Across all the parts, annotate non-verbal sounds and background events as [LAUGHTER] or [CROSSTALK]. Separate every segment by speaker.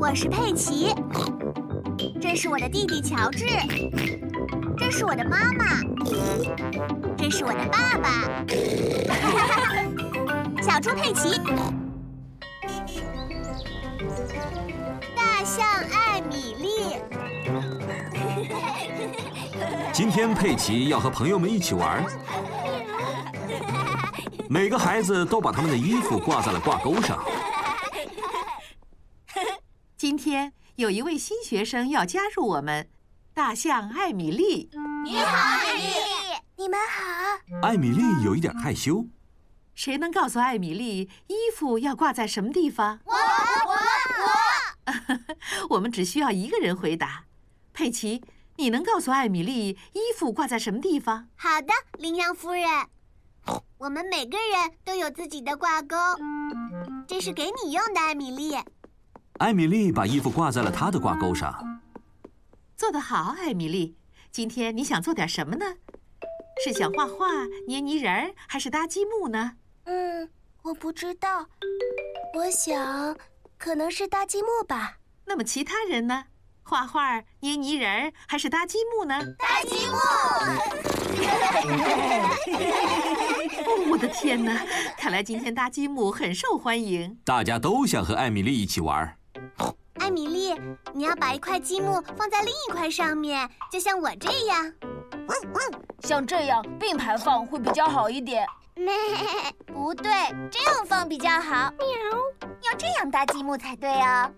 Speaker 1: 我是佩奇，这是我的弟弟乔治，这是我的妈妈，这是我的爸 [LAUGHS] 爸，小猪佩奇，大象艾米丽。
Speaker 2: 今天佩奇要和朋友们一起玩，每个孩子都把他们的衣服挂在了挂钩上。
Speaker 3: 今天有一位新学生要加入我们，大象艾米丽。
Speaker 1: 你好，艾米丽。
Speaker 4: 你们好，
Speaker 2: 艾米丽有一点害羞，
Speaker 3: 谁能告诉艾米丽衣服要挂在什么地方？
Speaker 1: 我我我，
Speaker 3: 我们只需要一个人回答。佩奇，你能告诉艾米丽衣服挂在什么地方？
Speaker 1: 好的，羚羊夫人。我们每个人都有自己的挂钩，这是给你用的，艾米丽。
Speaker 2: 艾米丽把衣服挂在了她的挂钩上。
Speaker 3: 做得好，艾米丽。今天你想做点什么呢？是想画画、捏泥人儿，还是搭积木呢？
Speaker 4: 嗯，我不知道，我想可能是搭积木吧。
Speaker 3: 那么其他人呢？画画、捏泥人儿，还是搭积木呢？
Speaker 1: 搭积木，
Speaker 3: [LAUGHS] 哦，我的天哪！看来今天搭积木很受欢迎。
Speaker 2: 大家都想和艾米丽一起玩。
Speaker 1: 艾米丽，你要把一块积木放在另一块上面，就像我这样。
Speaker 5: 像这样并排放会比较好一点。
Speaker 1: 不对，这样放比较好。喵，要这样搭积木才对哦。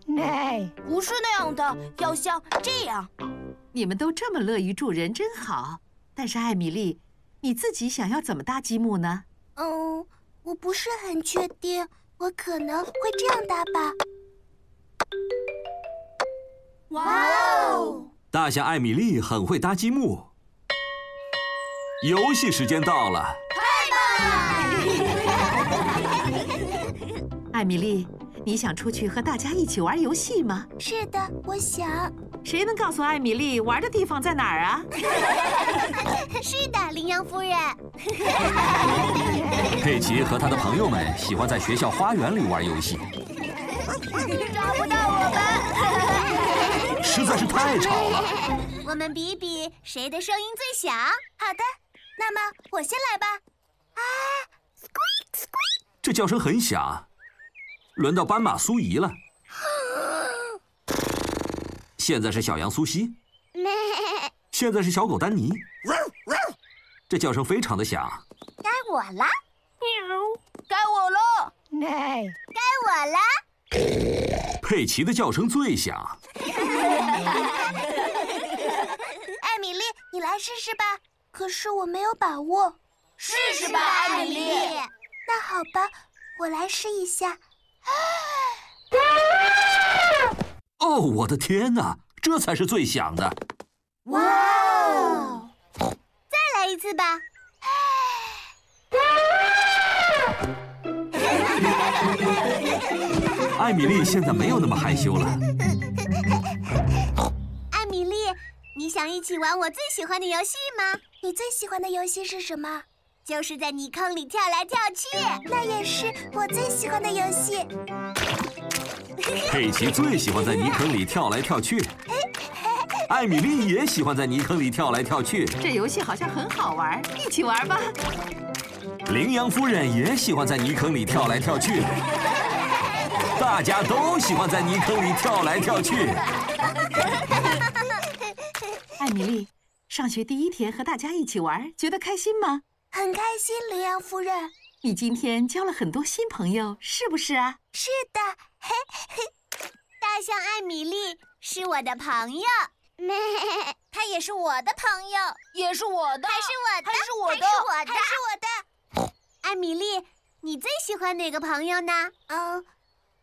Speaker 5: 不是那样的，要像这样。
Speaker 3: 你们都这么乐于助人，真好。但是艾米丽，你自己想要怎么搭积木呢？
Speaker 4: 嗯，我不是很确定，我可能会这样搭吧。
Speaker 5: 哇哦！
Speaker 2: 大象艾米丽很会搭积木。游戏时间到了，
Speaker 3: 艾米丽，你想出去和大家一起玩游戏吗？
Speaker 4: 是的，我想，
Speaker 3: 谁能告诉艾米丽玩的地方在哪儿啊？
Speaker 1: [LAUGHS] 是的，羚羊
Speaker 4: [LAUGHS]
Speaker 1: 夫人。
Speaker 2: 佩奇和他的朋友们喜欢在学校花园里玩游戏。
Speaker 1: 抓不到我们。
Speaker 2: 实在是太吵了。
Speaker 1: 我们比一比谁的声音最响。
Speaker 4: 好的，那么我先来 [LAUGHS] 吧。
Speaker 2: 这叫声很响。轮到斑马苏怡了，现在是小羊苏西，现在是小狗丹尼，这叫声非常的响。
Speaker 1: 该我了，
Speaker 5: 该我了。
Speaker 1: 该我了。
Speaker 2: 佩奇的叫声最响，
Speaker 4: 嗯艾米丽，你来试试吧。可是我没有把握。
Speaker 5: 试
Speaker 1: 是吧，艾米丽？
Speaker 4: 那好吧，我来试一下。
Speaker 2: 哦，我的天哪，这才是最响的。
Speaker 1: 哦
Speaker 4: 哦
Speaker 1: 再来一次吧。
Speaker 2: 艾米丽现在没有那么害羞了。
Speaker 1: 艾米丽，你想一起玩我最喜欢的游戏吗？
Speaker 4: 你最喜欢的游戏是什么？
Speaker 1: 就是在泥坑里跳来跳去。
Speaker 4: 那也是我最喜欢的游戏。
Speaker 2: 佩奇最喜欢在泥坑里跳来跳去，艾米丽也喜欢在泥坑里跳来跳去，
Speaker 3: 这游戏好像很好玩，一起玩吧。
Speaker 2: 羚羊夫人也喜欢在泥坑里跳来跳去，大家都喜欢在泥坑里跳来跳去。
Speaker 3: 艾米丽，上学第一天和大家一起玩，觉得开心吗？
Speaker 4: 很开心，羚羊夫人。
Speaker 3: 你今天交了很多新朋友，是不是啊？
Speaker 4: 是的，
Speaker 1: 大象艾米丽是我的
Speaker 4: [LAUGHS]
Speaker 1: 朋友，她也是我的朋友，
Speaker 5: 也是我的，
Speaker 1: 还是我的，
Speaker 5: 还是我
Speaker 1: 还
Speaker 5: 的
Speaker 1: 是我的，还是我的。艾米丽，你最喜欢哪个朋友呢？
Speaker 4: 嗯，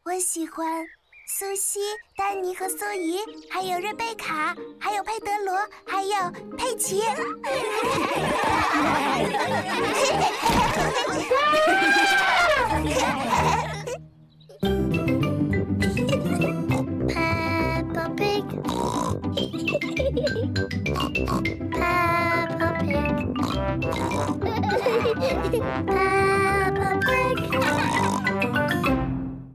Speaker 4: 我喜欢苏西、丹尼和苏怡，还有瑞贝卡，还有佩德罗，还有佩
Speaker 1: [LAUGHS]
Speaker 4: 奇。 [LAUGHS]
Speaker 1: [LAUGHS]